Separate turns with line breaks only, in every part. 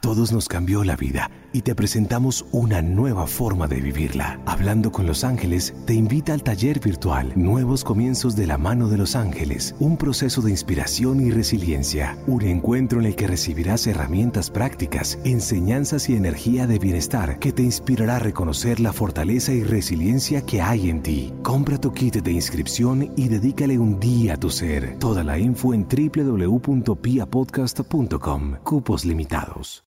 todos nos cambió la vida y te presentamos una nueva forma de vivirla. Hablando con los ángeles te invita al taller virtual Nuevos Comienzos de la mano de los ángeles, un proceso de inspiración y resiliencia, un encuentro en el que recibirás herramientas prácticas, enseñanzas y energía de bienestar que te inspirará a reconocer la fortaleza y resiliencia que hay en ti. Compra tu kit de inscripción y dedícale un día a tu ser. Toda la info en www.piapodcast.com. Cupos limitados.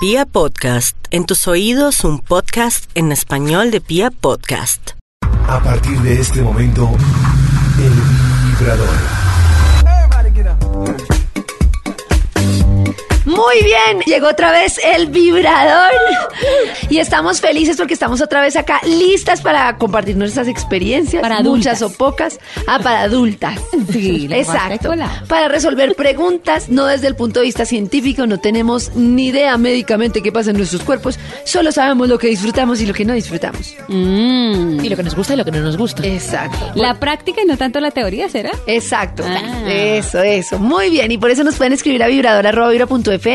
Pia Podcast, en tus oídos un podcast en español de Pia Podcast.
A partir de este momento, el vibrador.
Muy bien, llegó otra vez el vibrador y estamos felices porque estamos otra vez acá listas para compartir nuestras experiencias,
Para
muchas
adultas.
o pocas, ah, para adultas.
Sí, la
Exacto.
Coca-Cola.
Para resolver preguntas, no desde el punto de vista científico, no tenemos ni idea médicamente qué pasa en nuestros cuerpos, solo sabemos lo que disfrutamos y lo que no disfrutamos.
Mm.
Y lo que nos gusta y lo que no nos gusta.
Exacto.
La práctica y no tanto la teoría, ¿será?
Exacto.
Ah.
Eso, eso. Muy bien. Y por eso nos pueden escribir a vibrador.fm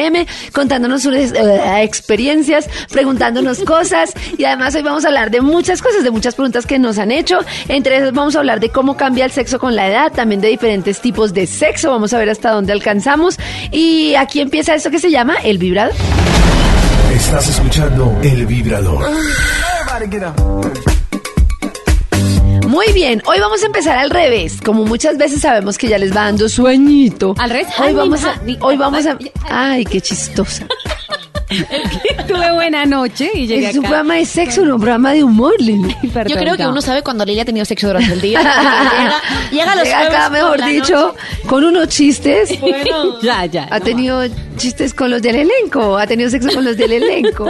contándonos sus eh, experiencias, preguntándonos cosas. Y además hoy vamos a hablar de muchas cosas, de muchas preguntas que nos han hecho. Entre esas vamos a hablar de cómo cambia el sexo con la edad, también de diferentes tipos de sexo. Vamos a ver hasta dónde alcanzamos. Y aquí empieza esto que se llama el vibrador.
Estás escuchando el vibrador.
Muy bien. Hoy vamos a empezar al revés. Como muchas veces sabemos que ya les va dando sueñito.
Al revés.
Hoy
Ay,
vamos
mi
a...
hija, mi-
Hoy vamos a...
ay,
Ay, qué chistosa.
Tuve buena noche y llegué
Es un
acá.
programa de sexo, no un programa de humor, Lili.
Ay, perdón,
Yo creo que
ya.
uno sabe cuando Lili ha tenido sexo durante el día.
llega,
llega, llega a los jueves
acá,
por
mejor
la
dicho,
noche.
con unos chistes.
Bueno.
Ya, ya.
Ha
no
tenido chistes con los del elenco, ha tenido sexo con los del elenco.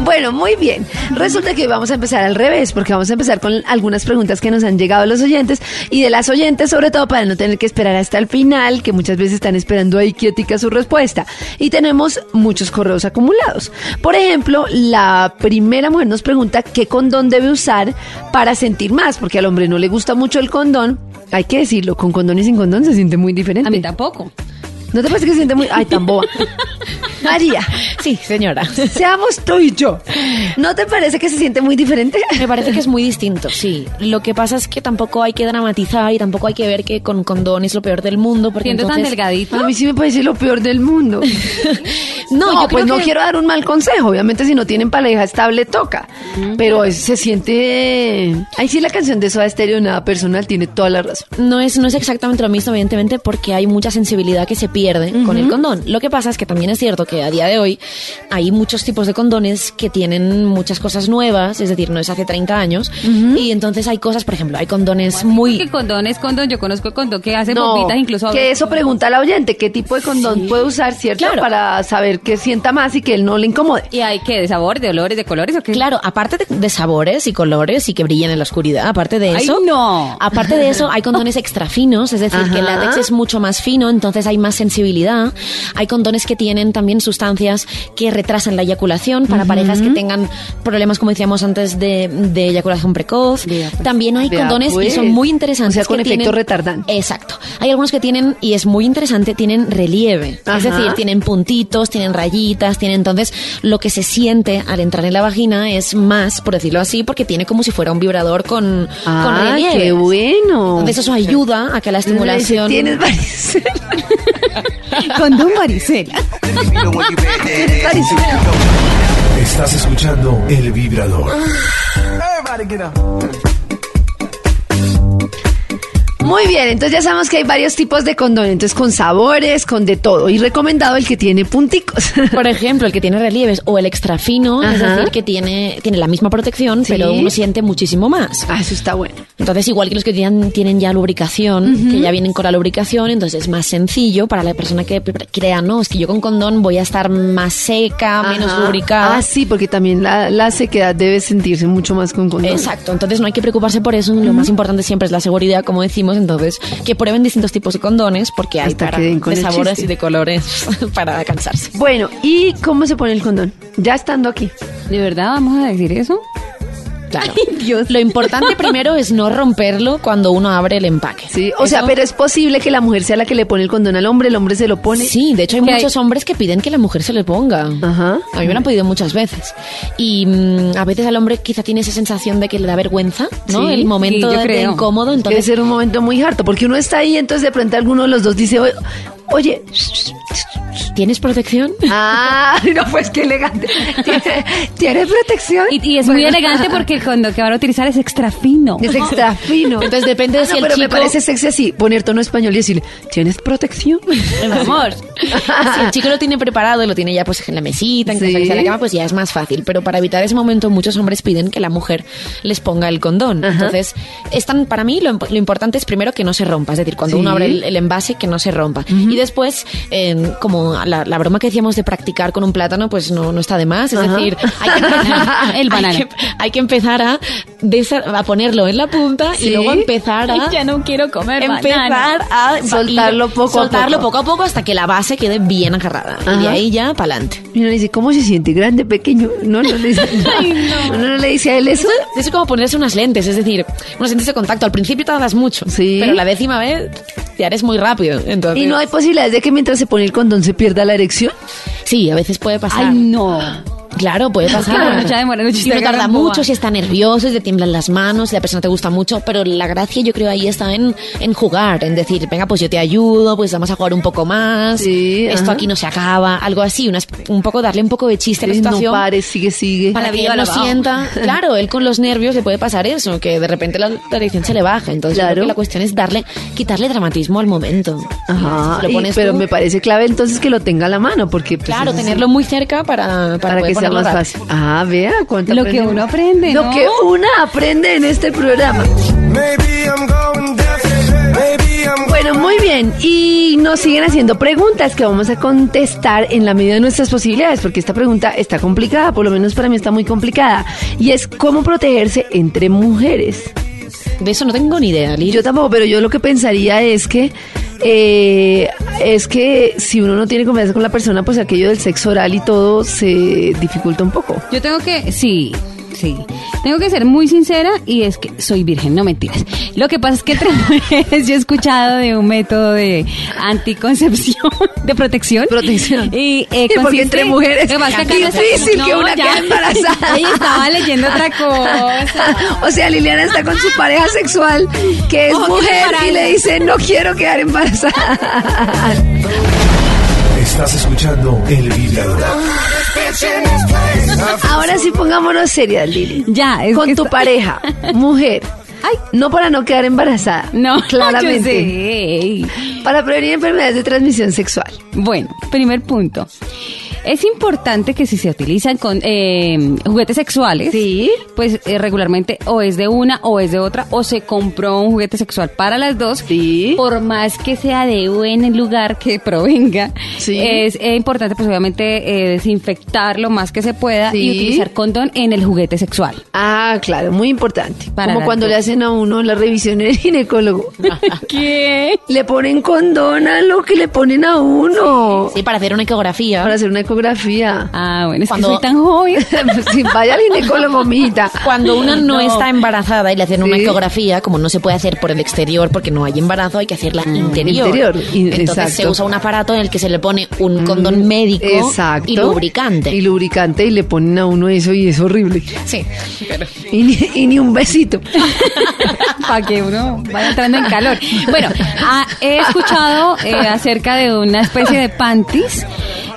bueno, muy bien. Resulta que hoy vamos a empezar al revés, porque vamos a empezar con algunas preguntas que nos han llegado los oyentes y de las oyentes, sobre todo para no tener que esperar hasta el final, que muchas veces están esperando ahí quietica su respuesta. Y tenemos muchos correos acumulados. Por ejemplo, la primera mujer nos pregunta qué condón debe usar para sentir más, porque al hombre no le gusta mucho el condón. Hay que decirlo, con condón y sin condón se siente muy diferente.
más. A mí tampoco.
¿No te parece que se siente muy... Ay, tan boba. María,
Sí, señora.
seamos tú y yo. ¿No te parece que se siente muy diferente?
Me parece que es muy distinto, sí. Lo que pasa es que tampoco hay que dramatizar y tampoco hay que ver que con condón es lo peor del mundo. Porque
Siendo tan
entonces-
delgadito.
A mí sí me parece lo peor del mundo. No,
yo
pues
creo
no
que-
quiero dar un mal consejo. Obviamente si no tienen pareja estable toca. Pero es- se siente... Ahí sí la canción de Soda Stereo, nada personal, tiene toda la razón.
No es, no es exactamente lo mismo, evidentemente, porque hay mucha sensibilidad que se pierde con el condón. Lo que pasa es que también es cierto que a día de hoy hay muchos tipos de condones que tienen muchas cosas nuevas, es decir, no es hace 30 años. Y entonces hay cosas, por ejemplo, hay condones muy...
Que condón es condón. Yo conozco el condón que hace
No,
bombitas incluso.
que eso pregunta la oyente, qué tipo de condón puede usar, ¿cierto?
Claro.
Para saber que sienta más y que él no le incomode.
¿Y hay que de sabor, de olores, de colores o qué?
Claro, aparte de, de sabores y colores y que brillen en la oscuridad, aparte de
Ay,
eso,
no.
aparte de eso, hay condones extra finos, es decir, que el
Ajá.
látex es mucho más fino, entonces hay más sensibilidad. Hay condones que tienen también sustancias que retrasan la eyaculación para parejas que tengan problemas, como decíamos antes, de, de eyaculación precoz.
Vea, pues.
También hay
Vea,
condones
pues.
y son muy interesantes.
O sea, con
que
efecto
tienen-
retardante.
Exacto. Hay algunos que tienen, y es muy interesante, tienen relieve.
Ajá.
Es decir, tienen puntitos, tienen rayitas, tienen entonces lo que se siente al entrar en la vagina es más, por decirlo así, porque tiene como si fuera un vibrador con, con
Ah,
relieve.
qué bueno.
Entonces eso ayuda a que la estimulación...
Tienes varicela.
Condón varicela.
Tienes varicela.
Estás escuchando el vibrador.
Muy bien, entonces ya sabemos que hay varios tipos de condón, entonces con sabores, con de todo. Y recomendado el que tiene punticos.
Por ejemplo, el que tiene relieves o el extra fino, es
Ajá.
decir, que tiene, tiene la misma protección,
Sí.
pero uno siente muchísimo más.
Ah, eso está bueno.
Entonces, igual que los que tienen, tienen ya lubricación, que ya vienen con la lubricación, entonces es más sencillo para la persona que pre- crea, no, es que yo con condón voy a estar más seca, menos
Ajá.
lubricada.
Ah, sí, porque también la, la sequedad debe sentirse mucho más con condón.
Exacto, entonces no hay que preocuparse por eso, lo más importante siempre es la seguridad, como decimos, entonces que prueben distintos tipos de condones porque hay
Hasta
para,
que den con
de
el
sabores
chiste.
y de colores para cansarse.
Bueno, ¿y cómo se pone el condón? Ya estando aquí.
¿De verdad vamos a decir eso?
Claro. Lo importante primero es no romperlo cuando uno abre el empaque.
Sí, o sea,
Eso-
pero es posible que la mujer sea la que le pone el condón al hombre, el hombre se lo pone.
Sí, de hecho hay
Que hay-
muchos hombres que piden que la mujer se le ponga.
Ajá.
A mí me lo han pedido muchas veces. Y mm, a veces al hombre quizá tiene esa sensación de que le da vergüenza, ¿no?
Sí,
el momento
sí, yo
de- de
creo.
incómodo.
Debe
Entonces,
ser un momento muy harto, porque uno está ahí, entonces de pronto alguno de los dos dice, "Oye, oye,
¿tienes protección?
ah, no, pues qué elegante. ¿Tiene, tiene protección?
Y, y es muy
Bueno.
elegante porque cuando que van a utilizar es extra fino.
Es extra fino.
Entonces, depende de si el
pero me
chico-
parece sexy así, poner tono español y decirle, ¿tienes protección?
Vamos.
si el chico lo tiene preparado y lo tiene ya pues en la mesita, en
Sí.
casa que sea la cama, pues ya es más fácil. Pero para evitar ese momento, muchos hombres piden que la mujer les ponga el condón. Entonces, es tan- para mí lo, imp- lo importante es primero que no se rompa, es decir, cuando
Sí.
uno abre el, el envase, que no se rompa. Y después, eh, como la, la broma que decíamos de practicar con un plátano, pues no, no está de más. Es decir, hay que empezar,
El banano.
Hay que, hay que empezar a, desa- a ponerlo en la punta
Sí.
y luego empezar a
Ya no quiero comer
empezar
banana.
a
Soltarlo poco a
soltarlo
poco.
poco a poco hasta que la base quede bien agarrada y de
Ajá.
ahí ya para adelante
Y uno le dice, ¿cómo se siente? ¿Grande, pequeño? No, no le dice, Uno no le dice a él eso.
eso, eso es como ponerse unas lentes, es decir, unas lentes de contacto. Al principio tardas mucho,
Sí.
pero la décima vez te harás muy rápido. Entonces,
Y no hay posibilidades de que mientras se pone el condón se pierda la erección.
sí, a veces puede pasar.
Ay, no.
Claro, puede
Claro,
pasar.
ya demora, no,
y
chiste,
no tarda
agarran boba.
mucho, si está nervioso, si te tiemblan las manos, si la persona te gusta mucho, pero la gracia yo creo ahí está en, en jugar, en decir, venga, pues yo te ayudo, pues vamos a jugar un poco más,
Sí,
esto
ajá.
aquí no se acaba, algo así, unas- un poco darle un poco de chiste a la
Eh, No
situación.
pare, sigue, sigue.
Para que
viva
él
la
lo
baja.
sienta. Claro, él con los nervios le puede pasar eso, que de repente la dirección se le baja. Entonces, yo
Claro.
creo que la cuestión es darle, quitarle dramatismo al momento.
Ajá,
Lo
y-
pones
pero
tú.
me parece clave entonces que lo tenga a la mano, porque pues,
Claro,
es así,
tenerlo muy cerca para, para,
para,
poder
que sea
ponerlo
más
rápido.
fácil. Ah, vea, cuánto
Lo que
aprendemos.
uno aprende,
Lo
¿no?
que una aprende en este programa.
Maybe I'm going deaf. Maybe I'm
Bueno, muy bien. Y nos siguen haciendo preguntas que vamos a contestar en la medida de nuestras posibilidades, porque esta pregunta está complicada, por lo menos para mí está muy complicada. Y es cómo protegerse entre mujeres.
De eso no tengo ni idea, Lili.
Yo tampoco, pero yo lo que pensaría es que eh, es que si uno no tiene confianza con la persona, pues aquello del sexo oral y todo se dificulta un poco.
Yo tengo que, sí, sí, tengo que ser muy sincera y es que soy virgen, no mentiras. Lo que pasa es que entre mujeres yo he escuchado de un método de anticoncepción, de protección.
Protección.
Y eh,
Sí, porque
consiste-
entre mujeres
Lo que pasa es que acá no
difícil
estamos-
que una quede embarazada.
Ay, estaba leyendo otra cosa.
O sea, Liliana está con su pareja sexual, que es
Ojo, que
mujer, y
embarazada.
le dice, no quiero quedar embarazada.
Estás escuchando El Vibrador.
Ahora sí pongámonos serias, Lili.
Ya, es
Con
que
tu
está-
pareja, mujer.
Ay.
No para no quedar embarazada.
No,
claramente.
yo sé.
Para prevenir enfermedades de transmisión sexual.
Bueno, primer punto. Es importante que si se utilizan con eh, juguetes sexuales,
Sí.
pues eh, regularmente o es de una o es de otra, o se compró un juguete sexual para las dos,
Sí.
por más que sea de buen lugar que provenga,
Sí.
es eh, importante pues obviamente eh, desinfectar lo más que se pueda
Sí.
y utilizar condón en el juguete sexual.
Ah, claro, muy importante.
Para
Como
las
cuando
dos.
le hacen a uno la revisión en el ginecólogo.
¿Qué?
le ponen condón a lo que le ponen a uno.
Sí, para hacer una ecografía.
Para hacer una ecografía.
Ah, bueno, es
Cuando-
que soy tan joven.
Sí, vaya al ginecólogo, mijita.
Cuando una no,
No.
está embarazada y le hacen una
Sí.
ecografía, como no se puede hacer por el exterior porque no hay embarazo, hay que hacerla
Mm,
interior.
interior, in-
Entonces se
exacto. Mm,
usa un aparato en el que se le pone un condón médico
Exacto.
y lubricante.
Y lubricante y le ponen a uno eso y es horrible.
sí.
Y ni, y ni un besito.
para que uno vaya entrando en calor. Bueno, ah, he escuchado eh, acerca de una especie de panties.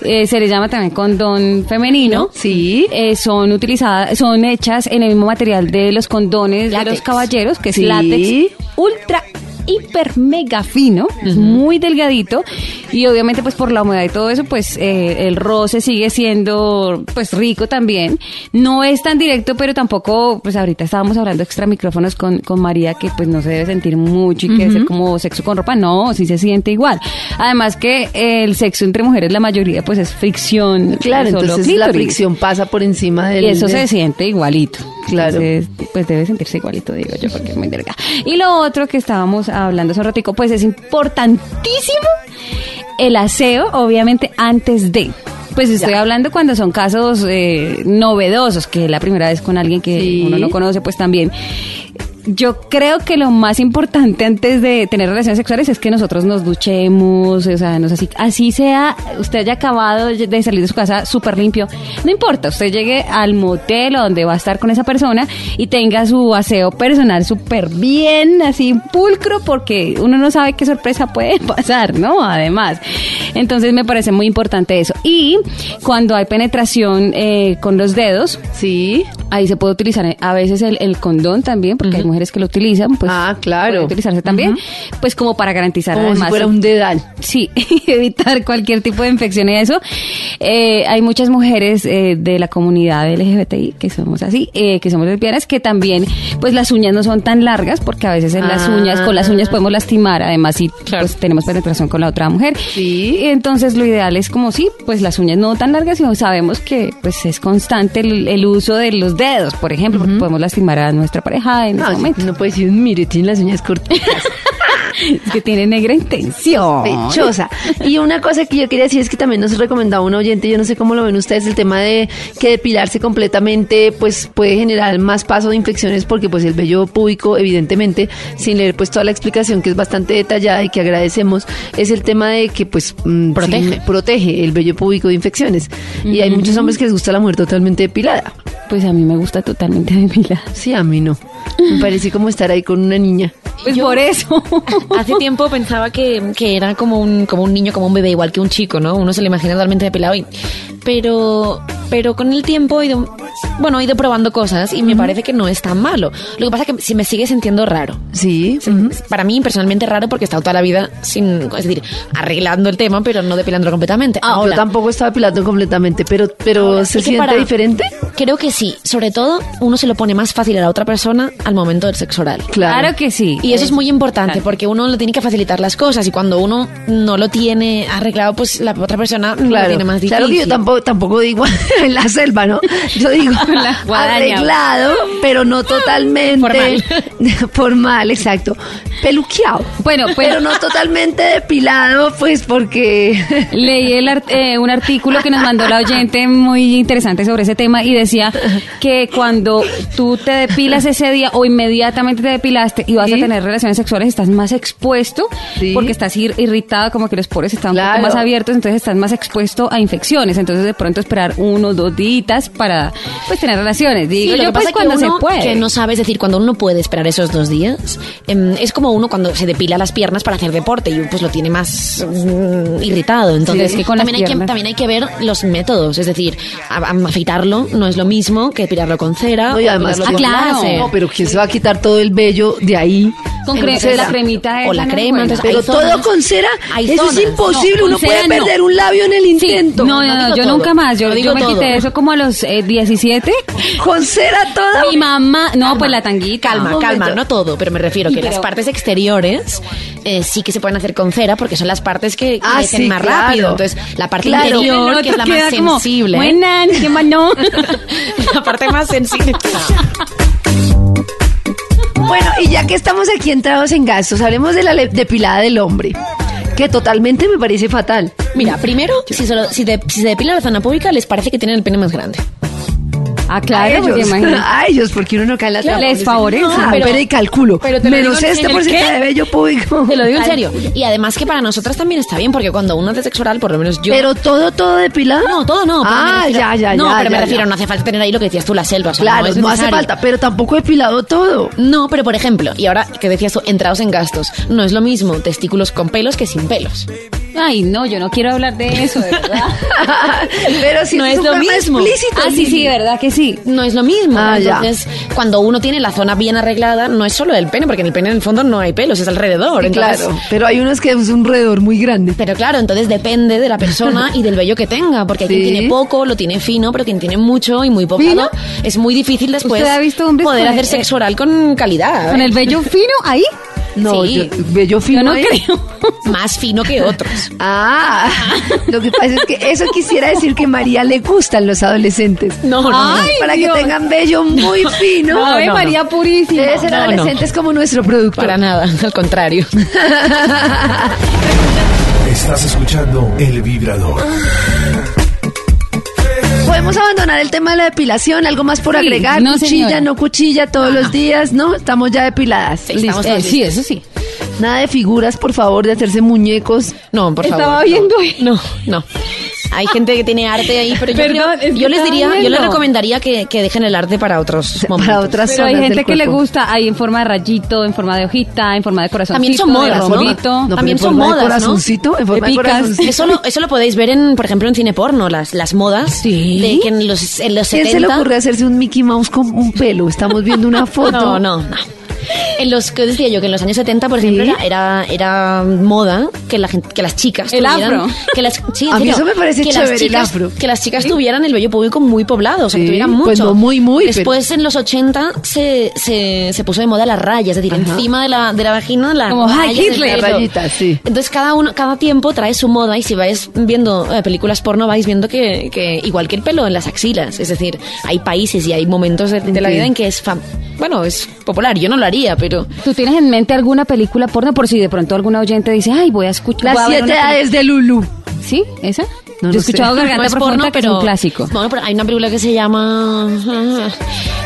eh, se le llama también condón femenino.
Sí.
Eh, son utilizadas, son hechas en el mismo material de los condones de
Látex.
los caballeros, que
Sí.
es látex ultra hiper mega fino, muy delgadito y obviamente pues por la humedad y todo eso pues eh, el roce sigue siendo pues rico también no es tan directo pero tampoco pues ahorita estábamos hablando extra micrófonos con, con María que pues no se debe sentir mucho y que debe ser como sexo con ropa no, sí se siente igual además que el sexo entre mujeres la mayoría pues es fricción
Claro,
solo
entonces la
clítoris.
fricción pasa por encima del.
Y eso se siente igualito.
Claro.
Entonces, pues debe sentirse igualito, digo yo, porque es muy delgada. Y lo otro que estábamos hablando hace un ratico, pues es importantísimo el aseo, obviamente, antes de. Pues estoy hablando cuando son casos eh, novedosos, que es la primera vez con alguien que
Sí.
uno no conoce, pues también. Yo creo que lo más importante antes de tener relaciones sexuales es que nosotros nos duchemos, o sea, nos así, así sea, usted haya acabado de salir de su casa súper limpio, no importa, usted llegue al motel o donde va a estar con esa persona y tenga su aseo personal súper bien, así pulcro, porque uno no sabe qué sorpresa puede pasar, ¿no? Además, entonces me parece muy importante eso. Y cuando hay penetración eh, con los dedos,
Sí.
Ahí se puede utilizar eh, a veces el, el condón también, porque hay mujeres que lo utilizan, pues
Ah, claro.
puede utilizarse también, pues como para garantizar
Como si
además
fuera un dedal.
sí, evitar cualquier tipo de infección y eso. Eh, hay muchas mujeres eh, de la comunidad LGBTI que somos así, eh, que somos lesbianas, que también, pues las uñas no son tan largas, porque a veces en las
Ah.
uñas, con las uñas podemos lastimar, además si pues, tenemos penetración con la otra mujer.
Sí.
Y entonces lo ideal es como sí, pues las uñas no tan largas, sino sabemos que pues es constante el, el uso de los dedos, por ejemplo, porque podemos lastimar a nuestra pareja en ese
No,
momento.
no puede decir, mire, tiene las uñas cortitas.
Es que tiene negra intención.
sospechosa. Y una cosa que yo quería decir es que también nos recomendaba un oyente, yo no sé cómo lo ven ustedes, el tema de que depilarse completamente pues puede generar más paso de infecciones porque pues el vello púbico, evidentemente, sin leer pues toda la explicación que es bastante detallada y que agradecemos, es el tema de que pues mm,
Protege.
sí, protege el vello púbico de infecciones. Y hay muchos hombres que les gusta la mujer totalmente depilada.
Pues a mí me gusta totalmente depilada.
Sí, a mí no. Me parece como estar ahí con una niña.
Pues por eso.
Hace tiempo pensaba que, que era como un, como un niño, como un bebé, igual que un chico, ¿no? Uno se lo imagina totalmente depilado y... Pero, pero con el tiempo he ido, bueno, he ido probando cosas y me parece que no es tan malo. Lo que pasa es que si me sigue sintiendo raro.
Sí.
Sí, Para mí, personalmente, raro porque he estado toda la vida sin, es decir, arreglando el tema, pero no depilándolo completamente.
Yo Ah, tampoco estaba depilando completamente, pero, pero
ahora,
¿se
es que
siente
para-
diferente?
Creo que sí. Sobre todo, uno se lo pone más fácil a la otra persona al momento del sexo oral.
Claro.
que sí.
Y eso es muy importante
Claro.
porque uno le tiene que facilitar las cosas y cuando uno no lo tiene arreglado, pues la otra persona lo
Claro,
tiene más difícil.
claro que yo tampoco, tampoco digo en la selva, ¿no? Yo digo
La guadaña.
arreglado, pero no totalmente
Formal.
formal, exacto. Peluqueado.
Bueno, pues,
Pero
pero
no totalmente depilado, pues porque
leí el art- eh, un artículo que nos mandó la oyente muy interesante sobre ese tema y decía que cuando tú te depilas ese día o inmediatamente te depilaste y vas
Sí.
a tener relaciones sexuales, estás más expuesto
Sí.
porque estás ir- irritado, como que los poros están un
Claro.
poco más abiertos, entonces estás más expuesto a infecciones. Entonces, de pronto esperar uno dos días para pues tener relaciones.
Sí,
Digo, yo
lo que
pues
pasa
cuando
que uno,
se puede.
que no sabes es decir, cuando uno puede esperar esos dos días, em, es como uno cuando se depila las piernas para hacer deporte y pues lo tiene más mm, irritado. Entonces,
es que con las
también, hay que,
piernas.
también hay que ver los métodos, es decir, a- a- afeitarlo no es lo mismo que depilarlo con cera.
no, y además
o
que-
depilarlo con
pues, claro.
láser.
No, pero quién se va a quitar todo el vello de ahí.
Con cre-
cera.
la cremita
O
esa no
la
es
crema,
buena.
entonces,
Pero
hay
todo
zonas-
con cera,
hay
eso
zonas.
es imposible,
No, con
uno puede
cera no.
perder un labio en el intento.
No, no, no,
digo
yo
todo,
nunca más. Yo,
no digo
yo me
todo.
quité eso como a los eh, 17.
Con cera toda.
Mi mamá, no, pues la tanguita.
Calma,
Un
calma,
momento.
no todo, pero me refiero que
Pero-
las partes exteriores eh, sí que se pueden hacer con cera porque son las partes que
Ah,
crecen
sí,
más
claro.
rápido. Entonces, la parte
Claro.
interior,
No,
que es la
te
más
queda como,
sensible. ¿eh?
Buena, qué mano.
la parte más sensible.
Bueno, y ya que estamos aquí entrados en gastos, hablemos de la le- depilada del hombre, que totalmente me parece fatal.
Mira, primero, si, solo- si, de- si se depila la zona pública, les parece que tienen el pene más grande.
Ah,
a
claro,
ellos,
pues imagínate.
a ellos, porque uno no cae en la
Claro,
trampa. Uno
les
dice,
favorece.
"Ah,
Pero-
pero y calculo.
pero te lo
menos
digo en
este
serio,
porcentaje
¿qué?
de vello público.
Te lo digo en serio. Y además que para nosotras también está bien, porque cuando uno hace sexo oral, por lo menos yo...
Pero todo, todo depilado.
no, todo no. pero
Ah,
me refiero-
ya, ya,
No,
ya,
pero me
ya,
refiero,
ya.
no hace falta tener ahí lo que decías tú, la selva. o sea,
Claro,
es
no, hace
necesario.
falta, pero tampoco depilado todo.
No, pero por ejemplo, y ahora que decías tú, entrados en gastos, no es lo mismo testículos con pelos que sin pelos.
Ay, no, yo no quiero hablar de eso, de verdad.
pero si
No
eso
es
un
lo
programa
mismo.
Explícito,
Ah, sí, sí, de verdad que sí.
No es lo mismo.
Ah, ya.
Entonces, cuando uno tiene la zona bien arreglada, no es solo el pene, porque en el pene en el fondo no hay pelos, es alrededor.
Sí,
entonces-
claro, pero hay unos que es un redor muy grande.
Pero claro, entonces depende de la persona y del vello que tenga, porque hay
Sí.
quien tiene poco, lo tiene fino, pero quien tiene mucho y muy poquito,
¿Fino?
es muy difícil después
¿Usted ha visto hombres
poder
con
hacer
el-
sexo oral con calidad. ¿eh?
Con el vello fino ahí.
No,
Sí.
yo- vello fino.
Yo no
ahí.
creo.
Más fino que otros.
Ah, lo que pasa es que eso quisiera decir que María le gustan los adolescentes.
No, no, no.
Ay,
para
Dios.
que tengan vello muy fino.
No, Ave
no, no.
María Purísima.
Debe ser
no, no.
adolescentes como nuestro producto.
Para nada, al contrario.
Estás escuchando El Vibrador.
Vamos a abandonar el tema de la depilación, algo más por
Sí,
agregar.
no,
cuchilla,
señora.
no cuchilla, todos los días, ¿no? Estamos ya depiladas.
Sí, estamos
Eh,
todos
sí,
listos.
eso sí.
Nada de figuras, por favor, de hacerse muñecos.
No, por
Estaba
favor.
viendo-
No, no. no. Hay gente que tiene arte ahí, pero yo,
Perdón,
creo-
es que
yo les
estaba
diría, yo les
viendo.
recomendaría que, que dejen el arte para otros momentos.
Para otras
Pero hay
zonas
gente
del
que le
cuerpo.
gusta, hay en forma de rayito, en forma de hojita, en forma de corazón.
También son modas, ¿no?
No,
También
pero en
son
forma de
modas, ¿no?
corazoncito, en forma de
Épicas.
corazoncito.
Eso lo, eso lo podéis ver, en, por ejemplo, en cine porno, las, las modas.
Sí.
De que en los, en los
¿Quién
70...
se le ocurre hacerse un Mickey Mouse con un pelo? Estamos viendo una foto.
No, no, no. En los que decía yo que en los años 70, por ejemplo, era, era, era moda que la gente, que las chicas
El
tuvieran,
afro.
que las sí, en
A mí
serio,
eso me parece
que
chévere,
las
el
chicas,
afro.
que las chicas tuvieran el vello público muy poblado, o sea, que
Sí,
tuvieran mucho.
pues no muy, muy, pero-
Después en los 80 se, se, se puso de moda la raya, es decir, encima de la, de la vagina la
Como Heil Hitler.
Rayitas, sí.
Entonces cada uno, cada tiempo trae su moda y si vais viendo eh, películas porno vais viendo que, que igual que el pelo en las axilas, es decir, hay países y hay momentos de, de la
Sí.
vida en que es fam bueno, es popular, yo no lo haría, pero
¿Tú tienes en mente alguna película porno por si de pronto alguna oyente dice, ay, voy a
Las
escuchar... voy a ver
siete
una
edades de Lulu.
peli-". ¿Sí? ¿Esa?
No
Yo
lo
he escuchado
sé.
Garganta
no es
Profunda,
porno,
que
pero
es un clásico.
Bueno, pero hay una película que se llama ah,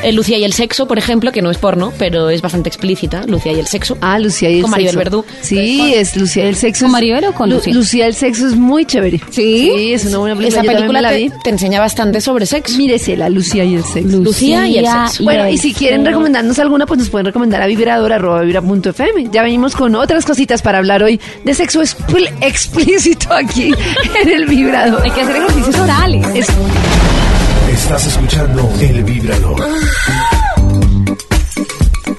eh, Lucía y el sexo, por ejemplo, que no es porno, pero es bastante explícita, Lucía y el sexo.
Ah, Lucía y el
Con
sexo.
Maribel Verdú.
Sí, es Lucía y el sexo.
¿Con
es-
Maribel o con
Lu-
Lucía?
Lucía el sexo es muy chévere.
¿Sí?
Sí, es una buena película.
Esa
yo también me
película
la
te,
vi.
te enseña bastante sobre sexo.
Mírese la Lucía y el sexo.
Lucía y el sexo.
Bueno, y si quieren recomendarnos alguna, pues nos pueden recomendar a vibrador arroba vibra.fm. Ya venimos con otras cositas para hablar hoy de sexo expl- explícito aquí en el vibrador.
Hay que hacer ejercicios orales.
Es-
Estás escuchando El Vibrador.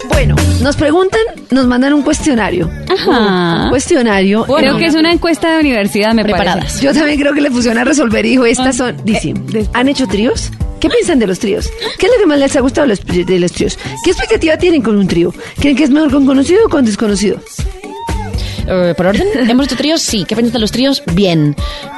bueno, nos preguntan, nos mandan un cuestionario.
Ajá.
Ah.
Un cuestionario.
Creo
en-
que es una encuesta de universidad, me
Preparadas. Ah, eh,
Yo también creo que le pusieron a resolver, hijo. Estas son. Dicen, ¿han hecho tríos? ¿Qué piensan de los tríos? ¿Qué es lo que más les ha gustado de los, de los tríos? ¿Qué expectativa tienen con un trío? ¿Creen que es mejor con conocido o con desconocido?
Eh, ¿Por orden? ¿Hemos hecho tríos? Sí. ¿Qué piensas de los tríos? Bien.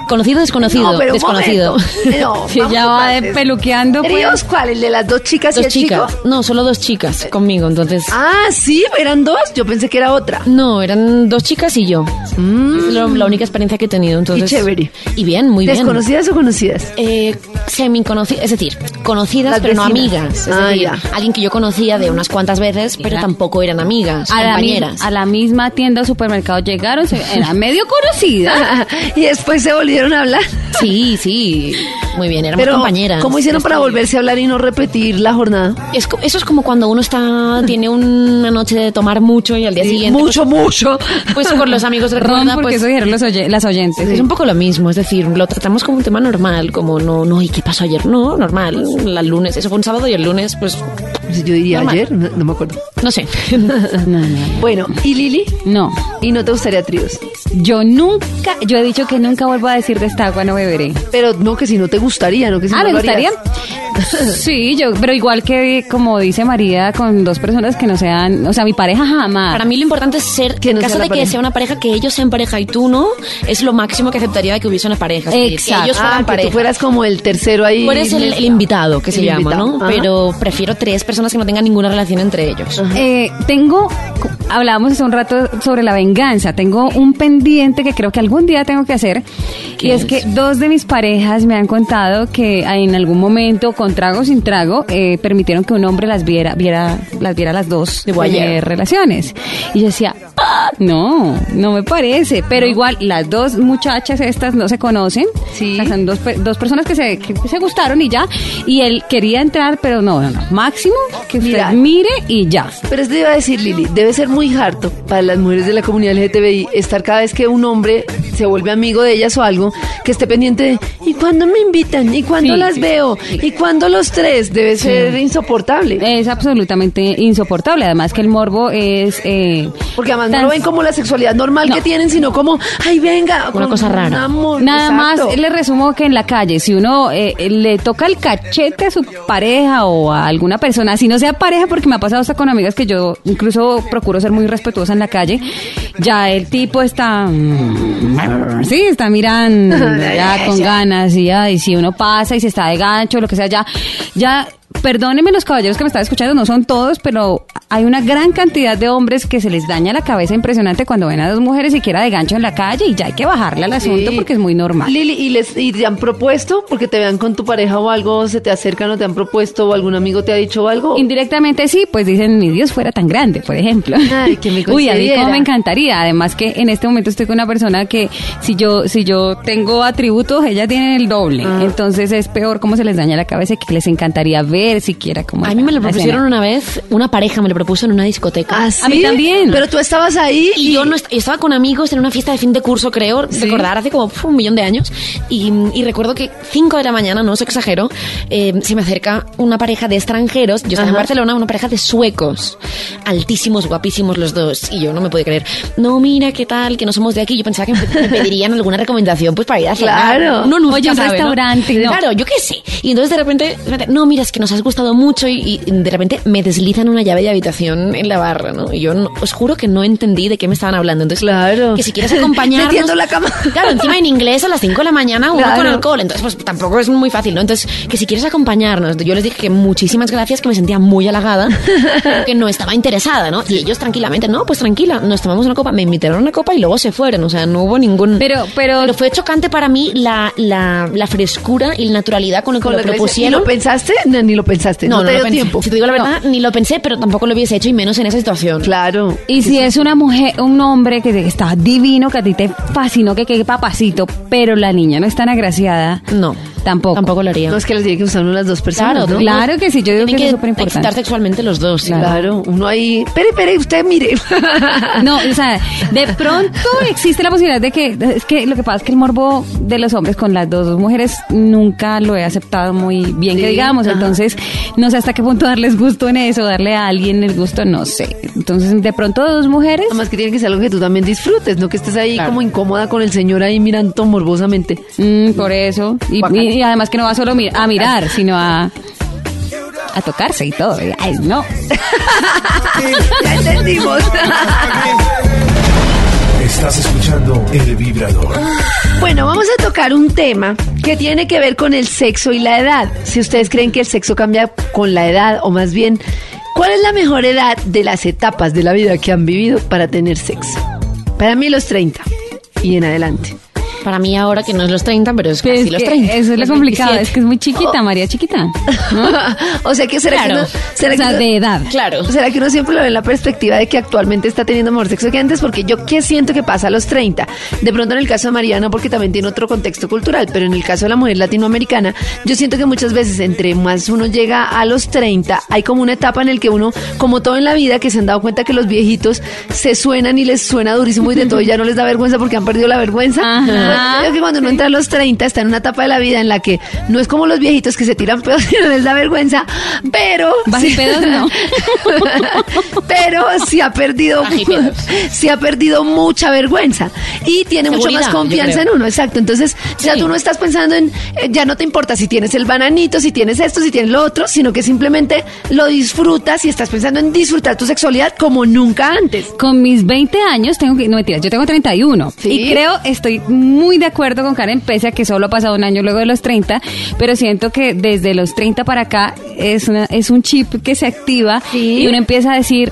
¿Conocido desconocido?
pero un
desconocido.
momento. No,
Si
vamos
ya
por
va de
partes.
peluqueando, pues.
¿Tríos cuál? ¿El de las dos chicas y
Dos
el
chicas.
chico? Eh.
No, solo dos chicas conmigo, entonces.
Ah, sí, eran dos. Yo pensé que era otra.
No, eran dos chicas y yo. Es lo- la única experiencia que he tenido, entonces.
Y Mm. chévere.
Y bien, muy bien.
¿Desconocidas o conocidas?
Eh, semi conocidas, es decir, conocidas
Las
pero no
vecinas.
amigas. Es
Ah,
decir,
ya.
alguien que yo conocía de unas cuantas veces, pero
Mira.
tampoco eran amigas,
a la, mi-
compañeras.
a la misma tienda o supermercado llegaron, se- era medio conocida.
y después se volvieron a hablar.
Sí, sí, muy bien, éramos
Pero,
compañeras.
¿cómo hicieron para
Esto-
volverse a hablar y no repetir la jornada?
Es co- eso es como cuando uno está tiene una noche de tomar mucho y al día siguiente
Mucho, mucho.
pues, pues con los amigos de
Ron,
ronda
porque
pues
eso dijeron los oye- las oyentes.
es un poco lo mismo, es decir, lo tratamos como un tema normal, como no, no, ¿y qué pasó ayer? No, normal, el lunes, eso fue un sábado y el lunes, pues,
Yo diría
Normal.
ayer, no, no me acuerdo.
no sé.
No, no.
Bueno, ¿y Lili?
No,
¿Y no te gustaría tríos?
yo nunca, yo he dicho que nunca vuelvo a decir de esta agua no beberé.
Pero no que si no te gustaría, no que si
Ah,
no
¿me
lo harías.
gustaría? Sí, yo, pero igual que como dice María, con dos personas que no sean, o sea, mi pareja jamás.
Para mí lo importante es ser,
Que
en
no sea
caso
la
de que
pareja.
sea una pareja, que ellos sean pareja y tú no, es lo máximo que aceptaría de que hubiese una pareja. es decir,
Exacto.
Que ellos
Ah,
fueran
que
pareja.
tú fueras como el tercero ahí.
Tú eres el, el invitado, que se
El
llama,
invitado,
¿no?
ajá.
Pero prefiero tres personas que no tengan ninguna relación entre ellos.
Eh, tengo, hablábamos hace un rato sobre la venganza, tengo un pendiente que creo que algún día tengo que hacer, y es, que dos de mis parejas me han contado que en algún momento, con trago o sin trago, eh, permitieron que un hombre las viera, viera, las viera las dos
De voyeur.
tener relaciones. Y yo decía, "Ah, no, no me parece, pero igual las dos muchachas estas no se conocen,
Sí.
O sea, son dos, pe- dos personas que se, que se gustaron y ya, y él quería entrar, pero no, no, no, máximo que usted
Mira.
mire y ya.
Pero es que iba a decir, Lili, debe ser muy harto para las mujeres de la comunidad LGTBI estar cada vez que un hombre se vuelve amigo de ellas o algo, que esté pendiente de, ¿y cuándo me invitan? ¿Y cuándo
Sí,
las
sí,
veo? ¿Y cuándo los tres? Debe ser insoportable.
Es absolutamente insoportable. Además que el morbo es... eh,
Porque además
tan-
no lo ven como la sexualidad normal
No.
que tienen, sino como, ay, venga, con
cosa
un
rara.
amor,
Nada
exacto.
más le resumo que en la calle, si uno eh, le toca el cachete a su pareja o a alguna persona, si no sea pareja, porque me ha pasado hasta con amigas que yo incluso procuro ser muy respetuosa en la calle, ya el tipo está... mm, Sí, está mirando ya con ganas y, ay, si uno pasa y se está de gancho, lo que sea, ya... ya perdónenme los caballeros que me están escuchando, no son todos, pero hay una gran cantidad de hombres que se les daña la cabeza impresionante cuando ven a dos mujeres siquiera de gancho en la calle y ya hay que bajarle al asunto
Sí.
porque es muy normal.
Lili, ¿y, les, ¿y te han propuesto? Porque te vean con tu pareja o algo, se te acercan o te han propuesto o algún amigo te ha dicho algo.
Indirectamente sí, pues dicen, ni Dios fuera tan grande, por ejemplo.
Ay, que me
Uy, a mí
concediera.
como me encantaría. Además que en este momento estoy con una persona que si yo, si yo tengo atributos, ella tiene el doble.
Ah.
Entonces es peor cómo se les daña la cabeza y que les encantaría ver siquiera cómo
A mí me lo
la
propusieron
escena.
una vez, una pareja me lo propuso en una discoteca.
¿Ah, sí?
A mí también.
Pero tú estabas ahí
Y yo, no est- yo estaba con amigos en una fiesta de fin de curso, creo, recordar, hace como pf, un millón de años. Y, y recuerdo que 5 de la mañana, no os exagero, eh, se me acerca una pareja de extranjeros. Yo estaba en
Ajá.
Barcelona, una pareja de suecos. Altísimos, guapísimos los dos. Y yo no me podía creer. No, mira, qué tal, que no somos de aquí. Yo pensaba que me me pedirían alguna recomendación pues para ir a cenar.
Claro.
Uno nunca
Oye, un
sabe, ¿no?
restaurante, no.
Claro, yo qué sé. Y entonces de repente, de repente, no, mira, es que nos has gustado mucho y, y de repente me deslizan una llave de habitación en la barra, ¿no? Y yo no- os juro que no entendí de qué me estaban hablando. Entonces,
Claro.
que si quieres acompañarnos...
Metiendo la cama.
Claro, encima en inglés a las 5 de la mañana uno
Claro.
con alcohol. Entonces, pues tampoco es muy fácil, ¿no? Entonces, que si quieres acompañarnos. Yo les dije que muchísimas gracias, que me sentía muy halagada, pero que no estaba interesada, ¿no? Y ellos tranquilamente, no, pues tranquila, nos tomamos una copa. Me invitaron a una copa y luego se fueron. O sea, no hubo ningún...
Pero, pero,
Pero fue chocante para mí la, la, la frescura y la naturalidad con la que
con
lo
la cabeza. ¿Y
propusieron.
lo pensaste? No, ni lo pensaste. No, te
lo
dio
pensé.
tiempo.
Si te digo la verdad, ni lo pensé, pero tampoco lo hubiese hecho y menos en esa situación.
Claro.
Y si es una mujer, un hombre que te- está divino, que a ti te fascinó, que qué papacito, pero la niña no es tan agraciada.
No,
Tampoco.
Tampoco lo haría.
No es que les tiene que usar uno las dos personas,
Claro,
¿no?
Claro que sí, yo digo que,
Tienen
eso es súper
excitar
importante.
sexualmente los dos.
Claro, uno ahí. Pere, pere, usted mire.
No, o sea, de pronto existe la posibilidad de que, es que lo que pasa es que el morbo de los hombres con las dos mujeres nunca lo he aceptado muy bien, que
Sí,
digamos,
ajá.
entonces no sé hasta qué punto darles gusto en eso, darle a alguien el gusto, no sé. Entonces, de pronto dos mujeres,
Además que tiene que ser algo que tú también disfrutes, no que estés ahí como incómoda con el señor ahí mirando morbosamente.
mm, por eso, y,
Guacala.
y- y además que no va solo mi- a mirar, sino a, a tocarse y todo. Ay, no.
Ya entendimos.
Estás escuchando El Vibrador.
Bueno, vamos a tocar un tema que tiene que ver con el sexo y la edad. Si ustedes creen que el sexo cambia con la edad, o más bien, ¿cuál es la mejor edad de las etapas de la vida que han vivido para tener sexo? Para mí los 30 y en adelante.
Para mí ahora que no es los 30, pero es
Es
casi los
Pues que
30.
eso es lo
los
complicado,
27.
es que es muy chiquita, María chiquita.
o sea que será que
Claro.
no, será
O sea,
que no-
de edad.
Claro.
¿Será que uno siempre lo ve en la perspectiva de que actualmente está teniendo mejor sexo que antes? Porque yo qué siento que pasa a los 30. De pronto en el caso de María no, porque también tiene otro contexto cultural, pero en el caso de la mujer latinoamericana, yo siento que muchas veces entre más uno llega a los 30, hay como una etapa en el que uno, como todo en la vida, que se han dado cuenta que los viejitos se suenan y les suena durísimo y de todo y ya no les da vergüenza porque han perdido la vergüenza.
Ajá.
Creo que cuando uno entra a los 30 está en una etapa de la vida en la que no es como los viejitos que se tiran pedos y no les da vergüenza, pero...
Bajipedos no.
pero sí ha perdido
Bajipedos.
sí ha perdido mucha vergüenza y tiene mucho
Seguridad,
más
yo
confianza en
creo.
uno exacto entonces ya
Sí.
tú no estás pensando en eh, ya no te importa si tienes el bananito si tienes esto si tienes lo otro sino que simplemente lo disfrutas y estás pensando en disfrutar tu sexualidad como nunca antes
Con mis 20 años tengo que... No, mentiras, yo tengo 31.
Sí.
Y creo, estoy muy de acuerdo con Karen, pese a que solo ha pasado un año luego de los 30, pero siento que desde los 30 para acá es, una- es un chip que se activa
Sí.
y uno empieza a decir...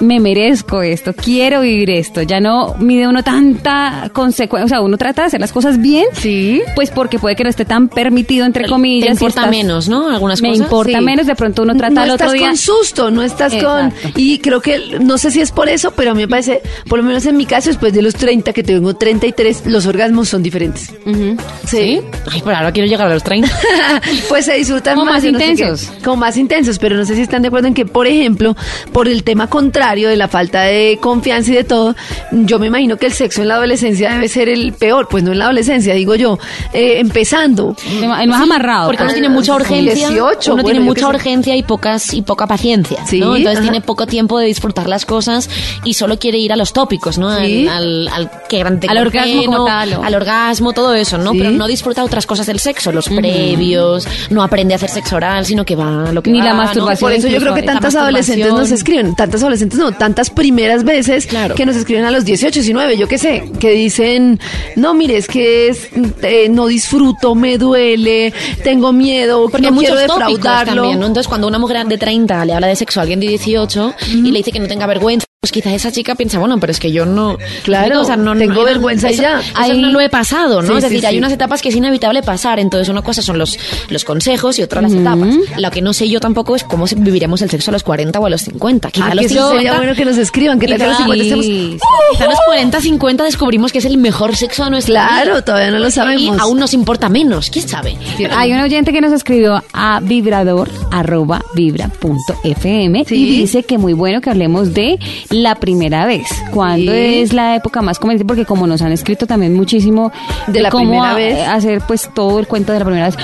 Me merezco esto, quiero vivir esto. Ya no mide uno tanta consecuencia. O sea, uno trata de hacer las cosas bien.
Sí.
Pues porque puede que no esté tan permitido, entre comillas.
Te
y
importa
estás-
menos, ¿no? Algunas
Me
cosas.
importa
Sí.
menos. De pronto uno trata
no
al otro
estás
día.
con susto, no estás con...
Exacto.
Y creo que, no sé si es por eso, pero a mí me parece, por lo menos en mi caso, después de los 30, que tengo 33, los orgasmos son diferentes.
Ujú.
¿Sí? Ay, pero ahora quiero llegar a los 30.
pues se disfrutan
Como
más,
más
yo no sé qué.
intensos.
como más intensos, pero no sé si están de acuerdo en que, por ejemplo, por el tema contrario de la falta de confianza y de todo, yo me imagino que el sexo en la adolescencia debe ser el peor, pues no en la adolescencia, digo yo, eh, empezando.
El más amarrado.
Porque
pues.
uno tiene mucha urgencia.
18,
uno
bueno,
tiene
yo qué
mucha
sé.
urgencia y pocas y poca paciencia.
Sí,
¿no? Entonces
ajá.
tiene poco tiempo de disfrutar las cosas y solo quiere ir a los tópicos, ¿no? Al-
Sí.
Al, al, que grande
Al orgasmo
coge, ¿no?
como tal, o-
Al orgasmo, todo eso, ¿no?
Sí.
Pero no disfruta otras cosas del sexo, los previos, no aprende a hacer sexo oral, sino que va a lo que
Ni
va,
la
¿no?
masturbación.
Por eso yo
incluso
creo que
la
tantas
masturbación.
adolescentes nos escriben, tantas adolescentes tantas, no, tantas primeras veces
Claro.
que nos escriben a los 18, 19, yo qué sé, que dicen, no, mire, es que es, eh, no disfruto, me duele, tengo miedo,
Porque
no
hay
quiero
muchos tópicos
defraudarlo.
también, ¿no? Entonces, cuando una mujer de 30 le habla de sexo a alguien de 18 y le dice que no tenga vergüenza, pues quizás esa chica piensa, bueno, pero es que yo no...
Claro, tengo vergüenza y
eso-
ya.
Eso
Ahí-
no lo he pasado, ¿no?
Sí,
es
sí,
decir,
sí.
hay unas etapas que es inevitable pasar. Entonces, una cosa son los, los consejos y otra las etapas. Lo que no sé yo tampoco es cómo viviremos el sexo a los 40 o a los 50. Quizá
Ah,
a
que
los
eso sería
50
bueno que nos escriban, que tal que a los 50 estemos... ¡Uh!
Sí.
Quizá a los 40, 50 descubrimos que es el mejor sexo de nuestra vida.
Claro, todavía no lo sabemos.
Y aún nos importa menos, quién sabe.
Hay un oyente que nos escribió a vibrador arroba vibra punto fm
Sí.
y dice que muy bueno que hablemos de la primera vez. ¿Cuándo
Sí.
es la época más conveniente? Porque como nos han escrito también muchísimo
De la
cómo
primera
a-
vez.
hacer pues todo el cuento de la primera vez.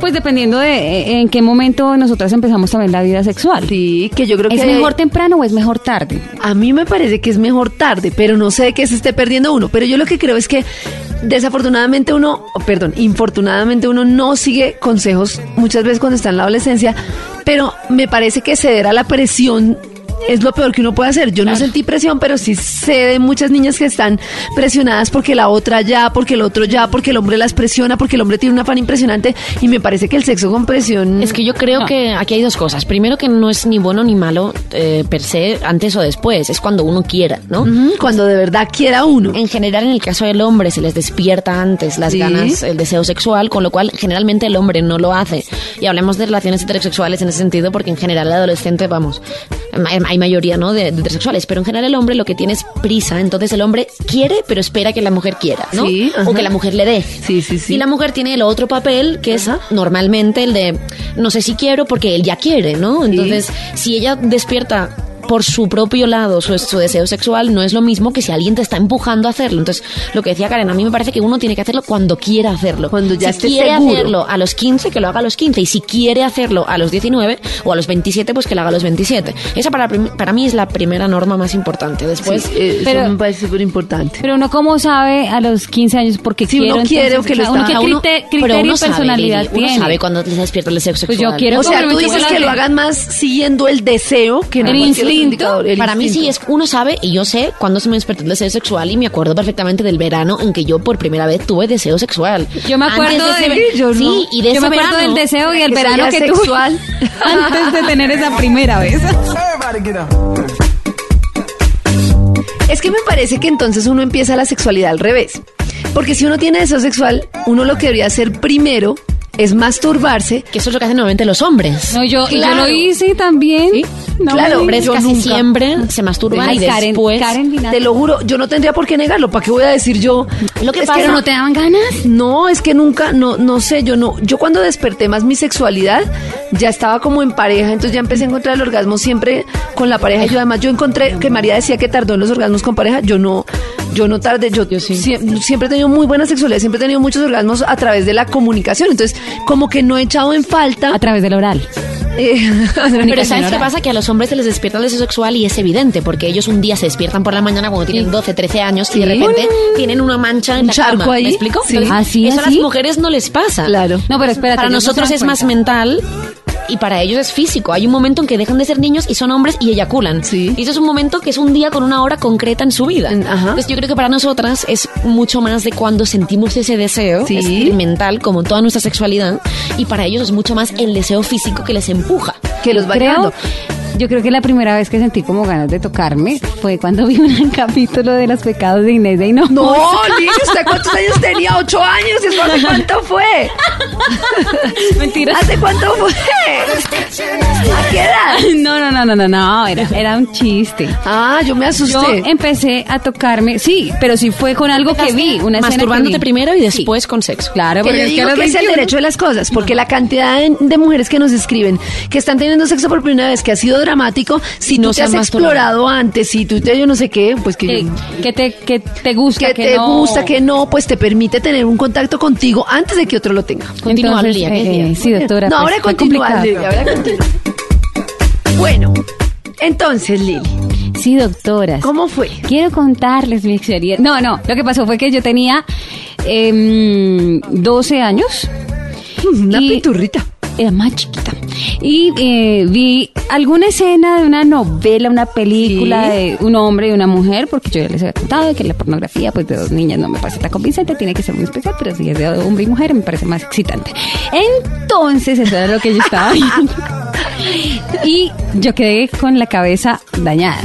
Pues dependiendo de eh, en qué momento nosotras empezamos también la vida sexual.
Sí, que yo creo
¿Es
que...
mejor temprano o es mejor tarde?
A mí me parece que es mejor tarde, pero no sé de qué se esté perdiendo uno. Pero yo lo que creo es que desafortunadamente uno, o perdón, infortunadamente uno no sigue consejos muchas veces cuando está en la adolescencia, pero me parece que ceder a la presión es lo peor que uno puede hacer. Yo no sentí presión, pero sí sé de muchas niñas que están presionadas porque la otra ya, porque el otro ya, porque el hombre las presiona, porque el hombre tiene un afán impresionante y me parece que el sexo con presión...
Es que yo creo que aquí hay dos cosas. Primero que no es ni bueno ni malo eh, per se, antes o después, es cuando uno quiera, ¿no?
Ujú, mm, cuando de verdad quiera uno.
En general, en el caso del hombre, se les despierta antes las
Sí.
ganas, el deseo sexual, con lo cual generalmente el hombre no lo hace. Y hablemos de relaciones heterosexuales en ese sentido, porque en general el adolescente, vamos, hay- hay mayoría, ¿no? De, de heterosexuales, pero en general el hombre lo que tiene es prisa. Entonces el hombre quiere, pero espera que la mujer quiera, ¿no?
Sí, ajá.
o que la mujer le dé.
Sí, sí, sí.
Y la mujer tiene el otro papel, que es normalmente el de no sé si quiero porque él ya quiere, ¿no? Entonces, si ella despierta por su propio lado su, su deseo sexual, no es lo mismo que si alguien te está empujando a hacerlo. Entonces, lo que decía Karen, a mí me parece que uno tiene que hacerlo cuando quiera hacerlo.
Cuando ya
si
esté
quiere
seguro.
hacerlo a los 15, que lo haga a los 15. Y si quiere hacerlo a los 19 o a los 27, pues que lo haga a los 27. Esa para, prim- para mí es la primera norma más importante. Después,
Sí, eh, eso
pero-
me parece súper importante.
Pero uno como sabe a los 15 años porque
Si
quiero,
uno quiere
entonces,
o que lo
o sea, uno
está-
qué
a
Ah, uno-
criter-
pero
criterio
uno
y
sabe,
personalidad
Lili,
tiene.
Uno sabe cuando se despierta el sexo
Pues
sexual.
yo quiero
O sea, tú
complementar
dices
la
que lo
de-
hagan más siguiendo el deseo que no cualquier
El
otro
instinto,
indicador, el
Para mí sí
instinto.
es, uno sabe y yo sé cuándo se me despertó el deseo sexual y me acuerdo perfectamente del verano en que yo por primera vez tuve deseo sexual.
Yo me
Antes
acuerdo
ese
de,
ver-
yo
sí,
no.
y de
Yo
ese
me acuerdo del
verano,
deseo y el
que soy
verano que
asexual.
tuve antes de tener esa primera vez.
Es que me parece que entonces uno empieza la sexualidad al revés. Porque si uno tiene deseo sexual, uno lo que debería hacer primero es masturbarse.
Que eso es lo que hacen normalmente los hombres.
No, yo, y yo
Claro.
lo hice también.
¿Sí?
No
Claro,
me
hombres
digas.
casi
nunca.
siempre se masturban
Ay,
y
Karen,
después...
Karen Vinasco.
Te lo juro, yo no tendría por qué negarlo. ¿Para qué voy a decir yo?
Lo que
es
pasa-
que
¿Pero
no,
no te daban ganas?
no, es que nunca, no, no sé, yo no, yo cuando desperté más mi sexualidad, ya estaba como en pareja, entonces ya empecé a encontrar el orgasmo siempre con la pareja. Yo además yo encontré que María decía que tardó en los orgasmos con pareja, yo no, yo no tardé, yo, siem- siempre he tenido muy buena sexualidad, siempre he tenido muchos orgasmos a través de la comunicación. Entonces, como que no he echado en falta.
A través del oral.
eh,
Pero
Comunicación
¿sabes qué
oral.
pasa? Que a los hombres se les despierta el deseo sexual y es evidente, porque ellos un día se despiertan por la mañana cuando tienen 12, 13 años y de repente
Mm.
tienen una mancha en
Un
la
charco
cama.
ahí.
¿Me explico?
Sí.
Entonces,
Ah, sí,
eso a
así.
las mujeres no les pasa.
claro.
No, pero espérate.
para
ellos no
nosotros
se
es
dan
más
cuenta.
mental y para ellos es físico. Hay un momento en que dejan de ser niños y son hombres y eyaculan.
Sí.
Y eso es un momento que es un día con una hora concreta en su vida.
Mm, ajá.
Entonces yo creo que para nosotras es mucho más de cuando sentimos ese deseo
Sí.
experimental, como toda nuestra sexualidad, y para ellos es mucho más el deseo físico que les empuja.
que los va
Creo,
llevando.
yo creo que la primera vez que sentí como ganas de tocarme fue cuando vi un capítulo de los pecados de Inés de Hinojosa.
No, Lili, ¿usted cuántos años tenía? ¿Ocho años? ¿Eso hace cuánto fue?
mentira.
¿Hace cuánto fue? ¿A qué edad?
No, no, no, no, no, no, era, era un chiste.
Ah, yo me
Yo
asusté.
empecé a tocarme, sí, pero sí fue con algo que vi, una escena
Masturbándote
que vi.
primero y después con sexo.
Claro,
Que
porque
yo
es que a
digo
los
que es el
21
derecho de las cosas, porque la cantidad de, de mujeres que nos escriben que están teniendo sexo por primera vez, que ha sido dramático, si
No
tú te
se han
has
masturbado.
explorado antes, si tú te yo no sé qué, pues que,
que,
yo-
que te, que te gusta,
que
que,
te
no.
gusta, que no, pues te permite tener un contacto contigo antes de que otro lo tenga.
Continúa,
Entonces,
Lilia,
eh,
¿qué
eh,
decías?
sí, doctora.
no,
pues,
ahora
fue
continúa,
complicado.
Lili, ahora continúa. Bueno, entonces, Lili,
Sí, doctora.
¿cómo fue?
Quiero contarles mi experiencia. No, no, lo que pasó fue que yo tenía em, 12 años.
Una
Y- Mm,
piturrita.
era más chiquita. Y eh, vi alguna escena de una novela, una película
Sí.
de un hombre y una mujer, porque yo ya les había contado que la pornografía pues de dos niñas no me parece tan convincente, tiene que ser muy especial, pero si es de hombre y mujer me parece más excitante. Entonces, eso era lo que yo estaba viendo. y yo quedé con la cabeza dañada.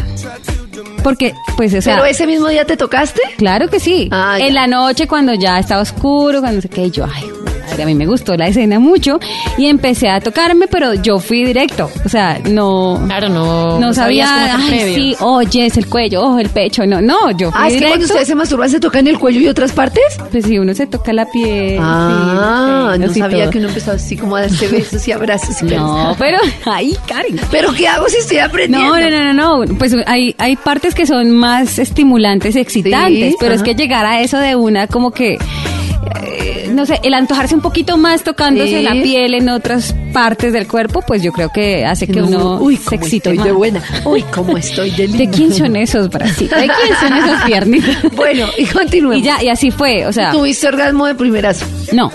Porque, pues, o sea...
¿Pero ese mismo día te tocaste?
Claro que sí.
Ah, ya.
en la noche, cuando ya estaba oscuro, cuando no sé qué, yo, ay, madre, a mí me gustó la escena mucho y empecé a tocarme, pero yo fui directo. O sea, no.
Claro, no.
No, sabía,
sabías cómo hacer
ay,
previo.
sí, oye, es el cuello, ojo, el pecho, no, no, yo fui
Ah, es que
directo.
cuando ustedes se masturban se tocan el cuello y otras partes.
Pues si uno se toca la piel.
Ah,
sí,
no
los pelos y
sabía
todo.
que uno empezaba así como a darse besos y abrazos. y
No,
cariños.
pero, ay, Karen.
Pero ¿qué hago si estoy aprendiendo?
No, no, no, no, no. Pues hay, hay partes que son más estimulantes, excitantes,
Sí,
pero es
ajá.
que llegar a eso de una, como que, eh, no sé, el antojarse un poquito más tocándose
Sí.
la piel en otras partes del cuerpo, pues yo creo que hace que uno
Uy,
se
cómo
excite
estoy de
más.
buena. Uy, cómo estoy de
¿De
linda.
quién son esos bracitos? ¿De quién son esas piernitas?
Bueno, y continuemos.
Y ya, y así fue, o sea,
¿Tuviste orgasmo de primerazo?
no.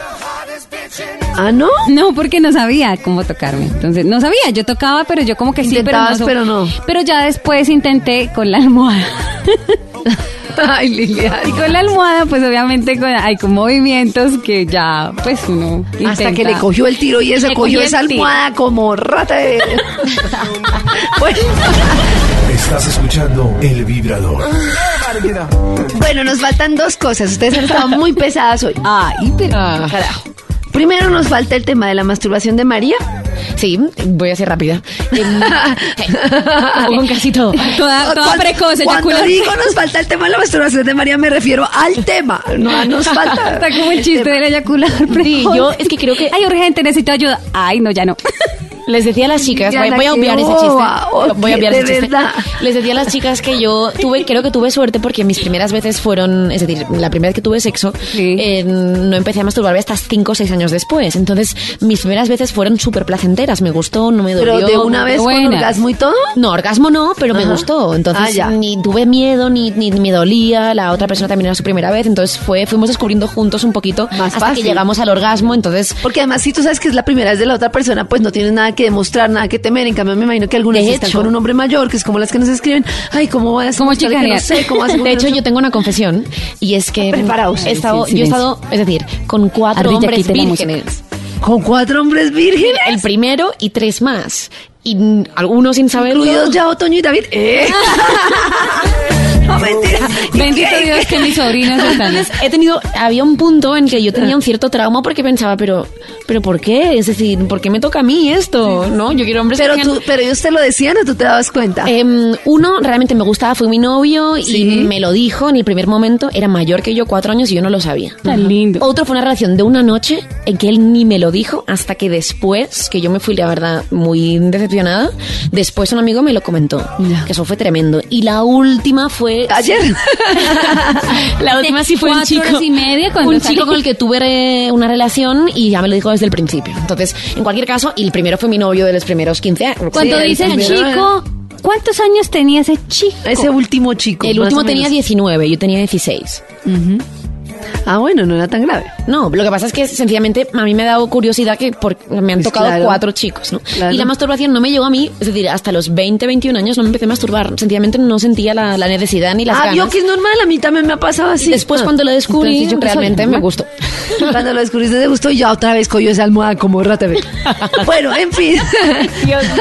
¿Ah, no?
No, porque no sabía cómo tocarme. Entonces, no sabía, yo tocaba, pero yo como que sí, pero no,
Intentabas,
so-
pero no.
Pero ya después intenté con la almohada.
Ay, Lilian.
Y con la almohada, pues obviamente con- hay con movimientos que ya, pues uno
Hasta
intenta.
que le cogió el tiro y esa
Le
cogió
cogió
esa
el tiro.
almohada como rata de... bueno,
Estás escuchando El Vibrador.
bueno, nos faltan dos cosas. Ustedes han estado muy pesadas hoy.
Ay, pero...
Ah.
Ah.
Carajo. Primero nos falta el tema de la masturbación de María.
Sí, voy a ser rápida. Em, sí. Con casi todo.
Ah, Toda, toda
Ah, Cuando-
precoz,
Cuando
eyacula-
digo nos falta el tema de la masturbación de María, me refiero al tema. No, a nos falta.
Está como el chiste del eyacular
Sí,
precoz.
yo es que creo que
Ay, urgente, necesito ayuda. Ay, no, ya no.
Les decía a las chicas, voy,
Diana,
voy a
qué
obviar ese
boba,
chiste. Voy a obviar
de
ese chiste.
verdad.
Les decía a las chicas que yo tuve, creo que tuve suerte porque mis primeras veces fueron, es decir, la primera vez que tuve sexo,
Sí.
eh, no empecé a masturbarme hasta 5 o 6 años después. Entonces, mis primeras veces fueron súper placenteras. Me gustó, no me dolió.
Pero de una vez con
buena.
orgasmo y todo.
No, orgasmo no, pero
Ajá.
me gustó.
Ah,
Entonces
ya.
ni tuve miedo, ni, ni me dolía. La otra persona también era su primera vez. Entonces fue, fuimos descubriendo juntos un poquito
Más
hasta
fácil.
que llegamos al orgasmo. Entonces
Porque además, si tú sabes que es la primera vez de la otra persona, pues no tienes nada que demostrar, nada que temer. En cambio, me imagino que algunas
De
están
hecho.
con un hombre mayor, que es como las que nos escriben. Ay, ¿cómo vas a
¿Cómo
mostrarle que no
chicanear?
sé, ¿cómo vas a
De hecho,
mostrarle?
yo tengo una confesión y es que
Preparaos.
he estado,
Sí,
yo he
silencio.
estado, es decir, con cuatro
Ardilla,
hombres
quite la música.
vírgenes,
Con cuatro hombres vírgenes.
el primero y tres más, y mm, algunos sin saberlo.
Incluidos ya Otoño y David. ¿Eh? no, mentira. ¿Y
Bendito
qué?
Dios que mis sobrinos están...
Entonces he tenido, había un punto en que yo tenía un cierto trauma porque pensaba, pero, pero ¿por qué? Es decir, ¿por qué me toca a mí esto? No, yo quiero hombres. que
Pero,
tengan-
tú, pero ellos te lo decían o tú te dabas cuenta.
Em, uno realmente me gustaba, fue mi novio
Sí.
y me lo dijo en el primer momento. Era mayor que yo, cuatro años y yo no lo sabía.
Tan lindo.
Otro fue una relación de una noche en que él ni me lo dijo hasta que después, que yo me fui, la verdad, muy decepcionada, después un amigo me lo comentó.
Ya.
Que eso fue tremendo. Y la última fue...
Ayer.
La última sí fue un
Cuatro
chico.
horas y media cuando
un
salí.
chico con el que tuve re- una relación y ya me lo dijo desde el principio. Entonces, en cualquier caso, y el primero fue mi novio de los primeros 15 años.
Cuando
Sí, el
dicen
primero
chico, ¿cuántos años tenía ese chico?
Ese último chico.
El
más o
último tenía
menos.
19, yo tenía 16.
Ah, bueno, no era tan grave.
No, lo que pasa es que sencillamente a mí me ha dado curiosidad que por- me han
Pues
tocado
claro.
cuatro chicos, ¿no?
Claro.
Y la masturbación no me llegó a mí, es decir, hasta los 20, 21 años no me empecé a masturbar. Sencillamente no sentía la, la necesidad ni las
ah, vio
ganas.
que es normal, a mí también me ha pasado así.
Y después
Ah.
cuando lo descubrí,
Entonces,
pues,
¿yo qué
realmente
soy?
me gustó.
Cuando lo descubriste te gustó y ya otra vez cogió esa almohada como rata. ve. bueno, en fin.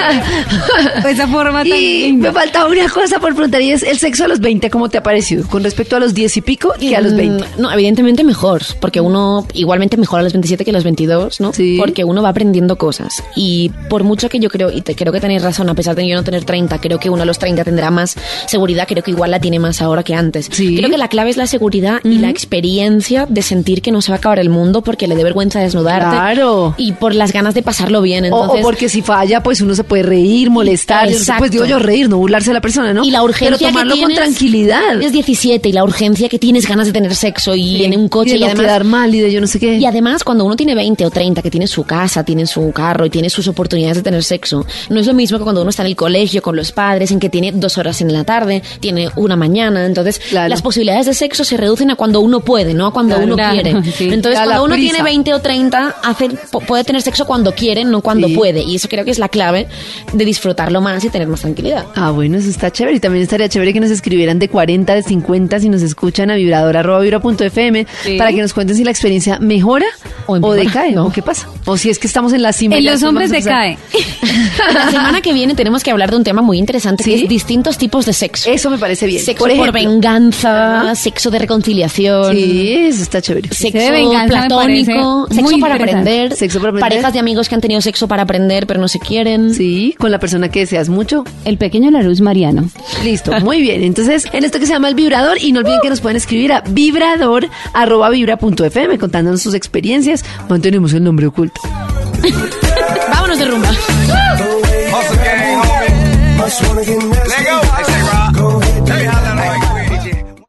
Esa forma tan
y
linda.
me faltaba una cosa por preguntar y es el sexo a los 20, ¿cómo te ha parecido? Con respecto a los 10 y pico que a los 20.
Mm, No, evidentemente mejor, porque uno igualmente mejor a los 27 que a los 22, ¿no?
Sí.
Porque uno va aprendiendo cosas. Y por mucho que yo creo, y te, creo que tenéis razón, a pesar de yo no tener 30, creo que uno a los 30 tendrá más seguridad, creo que igual la tiene más ahora que antes.
Sí.
Creo que la clave es la seguridad y la experiencia de sentir que no se va a acabar el mundo porque le dé vergüenza desnudarte.
Claro.
Y por las ganas de pasarlo bien.
O-
Entonces,
o, porque si falla, pues uno se puede reír, molestar. yo no sé, Pues
Exacto.
digo yo, reír, no burlarse de la persona, ¿no?
Y la urgencia
Pero tomarlo
que
con
tienes-
tranquilidad.
Tienes 17 y la urgencia que tienes ganas de tener sexo y en un un coche
y de no
además-
quedar mal y de yo no sé qué.
y además, cuando uno tiene 20 o 30, que tiene su casa, tiene su carro y tiene sus oportunidades de tener sexo, no es lo mismo que cuando uno está en el colegio con los padres, en que tiene dos horas en la tarde, tiene una mañana. Entonces,
Claro.
las posibilidades de sexo se reducen a cuando uno puede, no a cuando
Claro.
uno
Claro,
quiere.
sí.
Entonces,
A la
cuando uno
prisa.
tiene 20 o 30, hace, po- puede tener sexo cuando quiere, no cuando
Sí.
puede. Y eso creo que es la clave de disfrutarlo más y tener más tranquilidad.
Ah, bueno, eso está chévere. Y también estaría chévere que nos escribieran de 40, de 50, si nos escuchan a vibrador.fm,
Sí.
para que nos cuenten si la experiencia mejora o,
O empeora,
decae,
¿no?
o qué pasa. O si es que estamos en la cima.
En
ya
los
después
hombres
vamos a
decae.
empezar.
La semana que viene tenemos que hablar de un tema muy interesante,
¿Sí?
que es distintos tipos de sexo.
Eso me parece bien.
Sexo
por
por,
ejemplo.
venganza, sexo de reconciliación.
Sí, eso está chévere.
Sexo
de venganza me
platónico,
parece
sexo
muy
para,
interesante.
aprender,
Sexo para aprender.
parejas de amigos que han tenido sexo para aprender pero no se quieren.
Sí, con la persona que deseas mucho.
El pequeño Laruz Mariano.
Listo, muy bien. Entonces, en esto que se llama el vibrador, y no olviden que nos pueden escribir a vibrador arroba vibra punto fm contándonos sus experiencias. Mantenemos el nombre oculto.
Vámonos de rumba.
Hustle gang, homie. Let go. They say rock. Let me holler like you.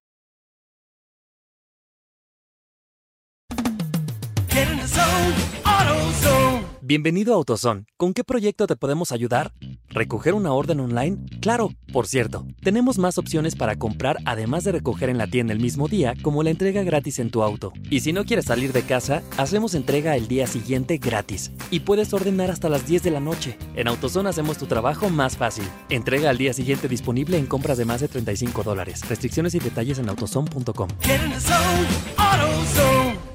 Get in the zone, auto zone.
Bienvenido a AutoZone. ¿Con qué proyecto te podemos ayudar? ¿Recoger una orden online? Claro, por cierto, tenemos más opciones para comprar además de recoger en la tienda el mismo día, como la entrega gratis en tu auto. Y si no quieres salir de casa, hacemos entrega el día siguiente gratis. Y puedes ordenar hasta las 10 de la noche. En AutoZone hacemos tu trabajo más fácil. Entrega al día siguiente disponible en compras de más de 35 dólares. Restricciones y detalles en autozone.com.
Get in the zone, auto zone.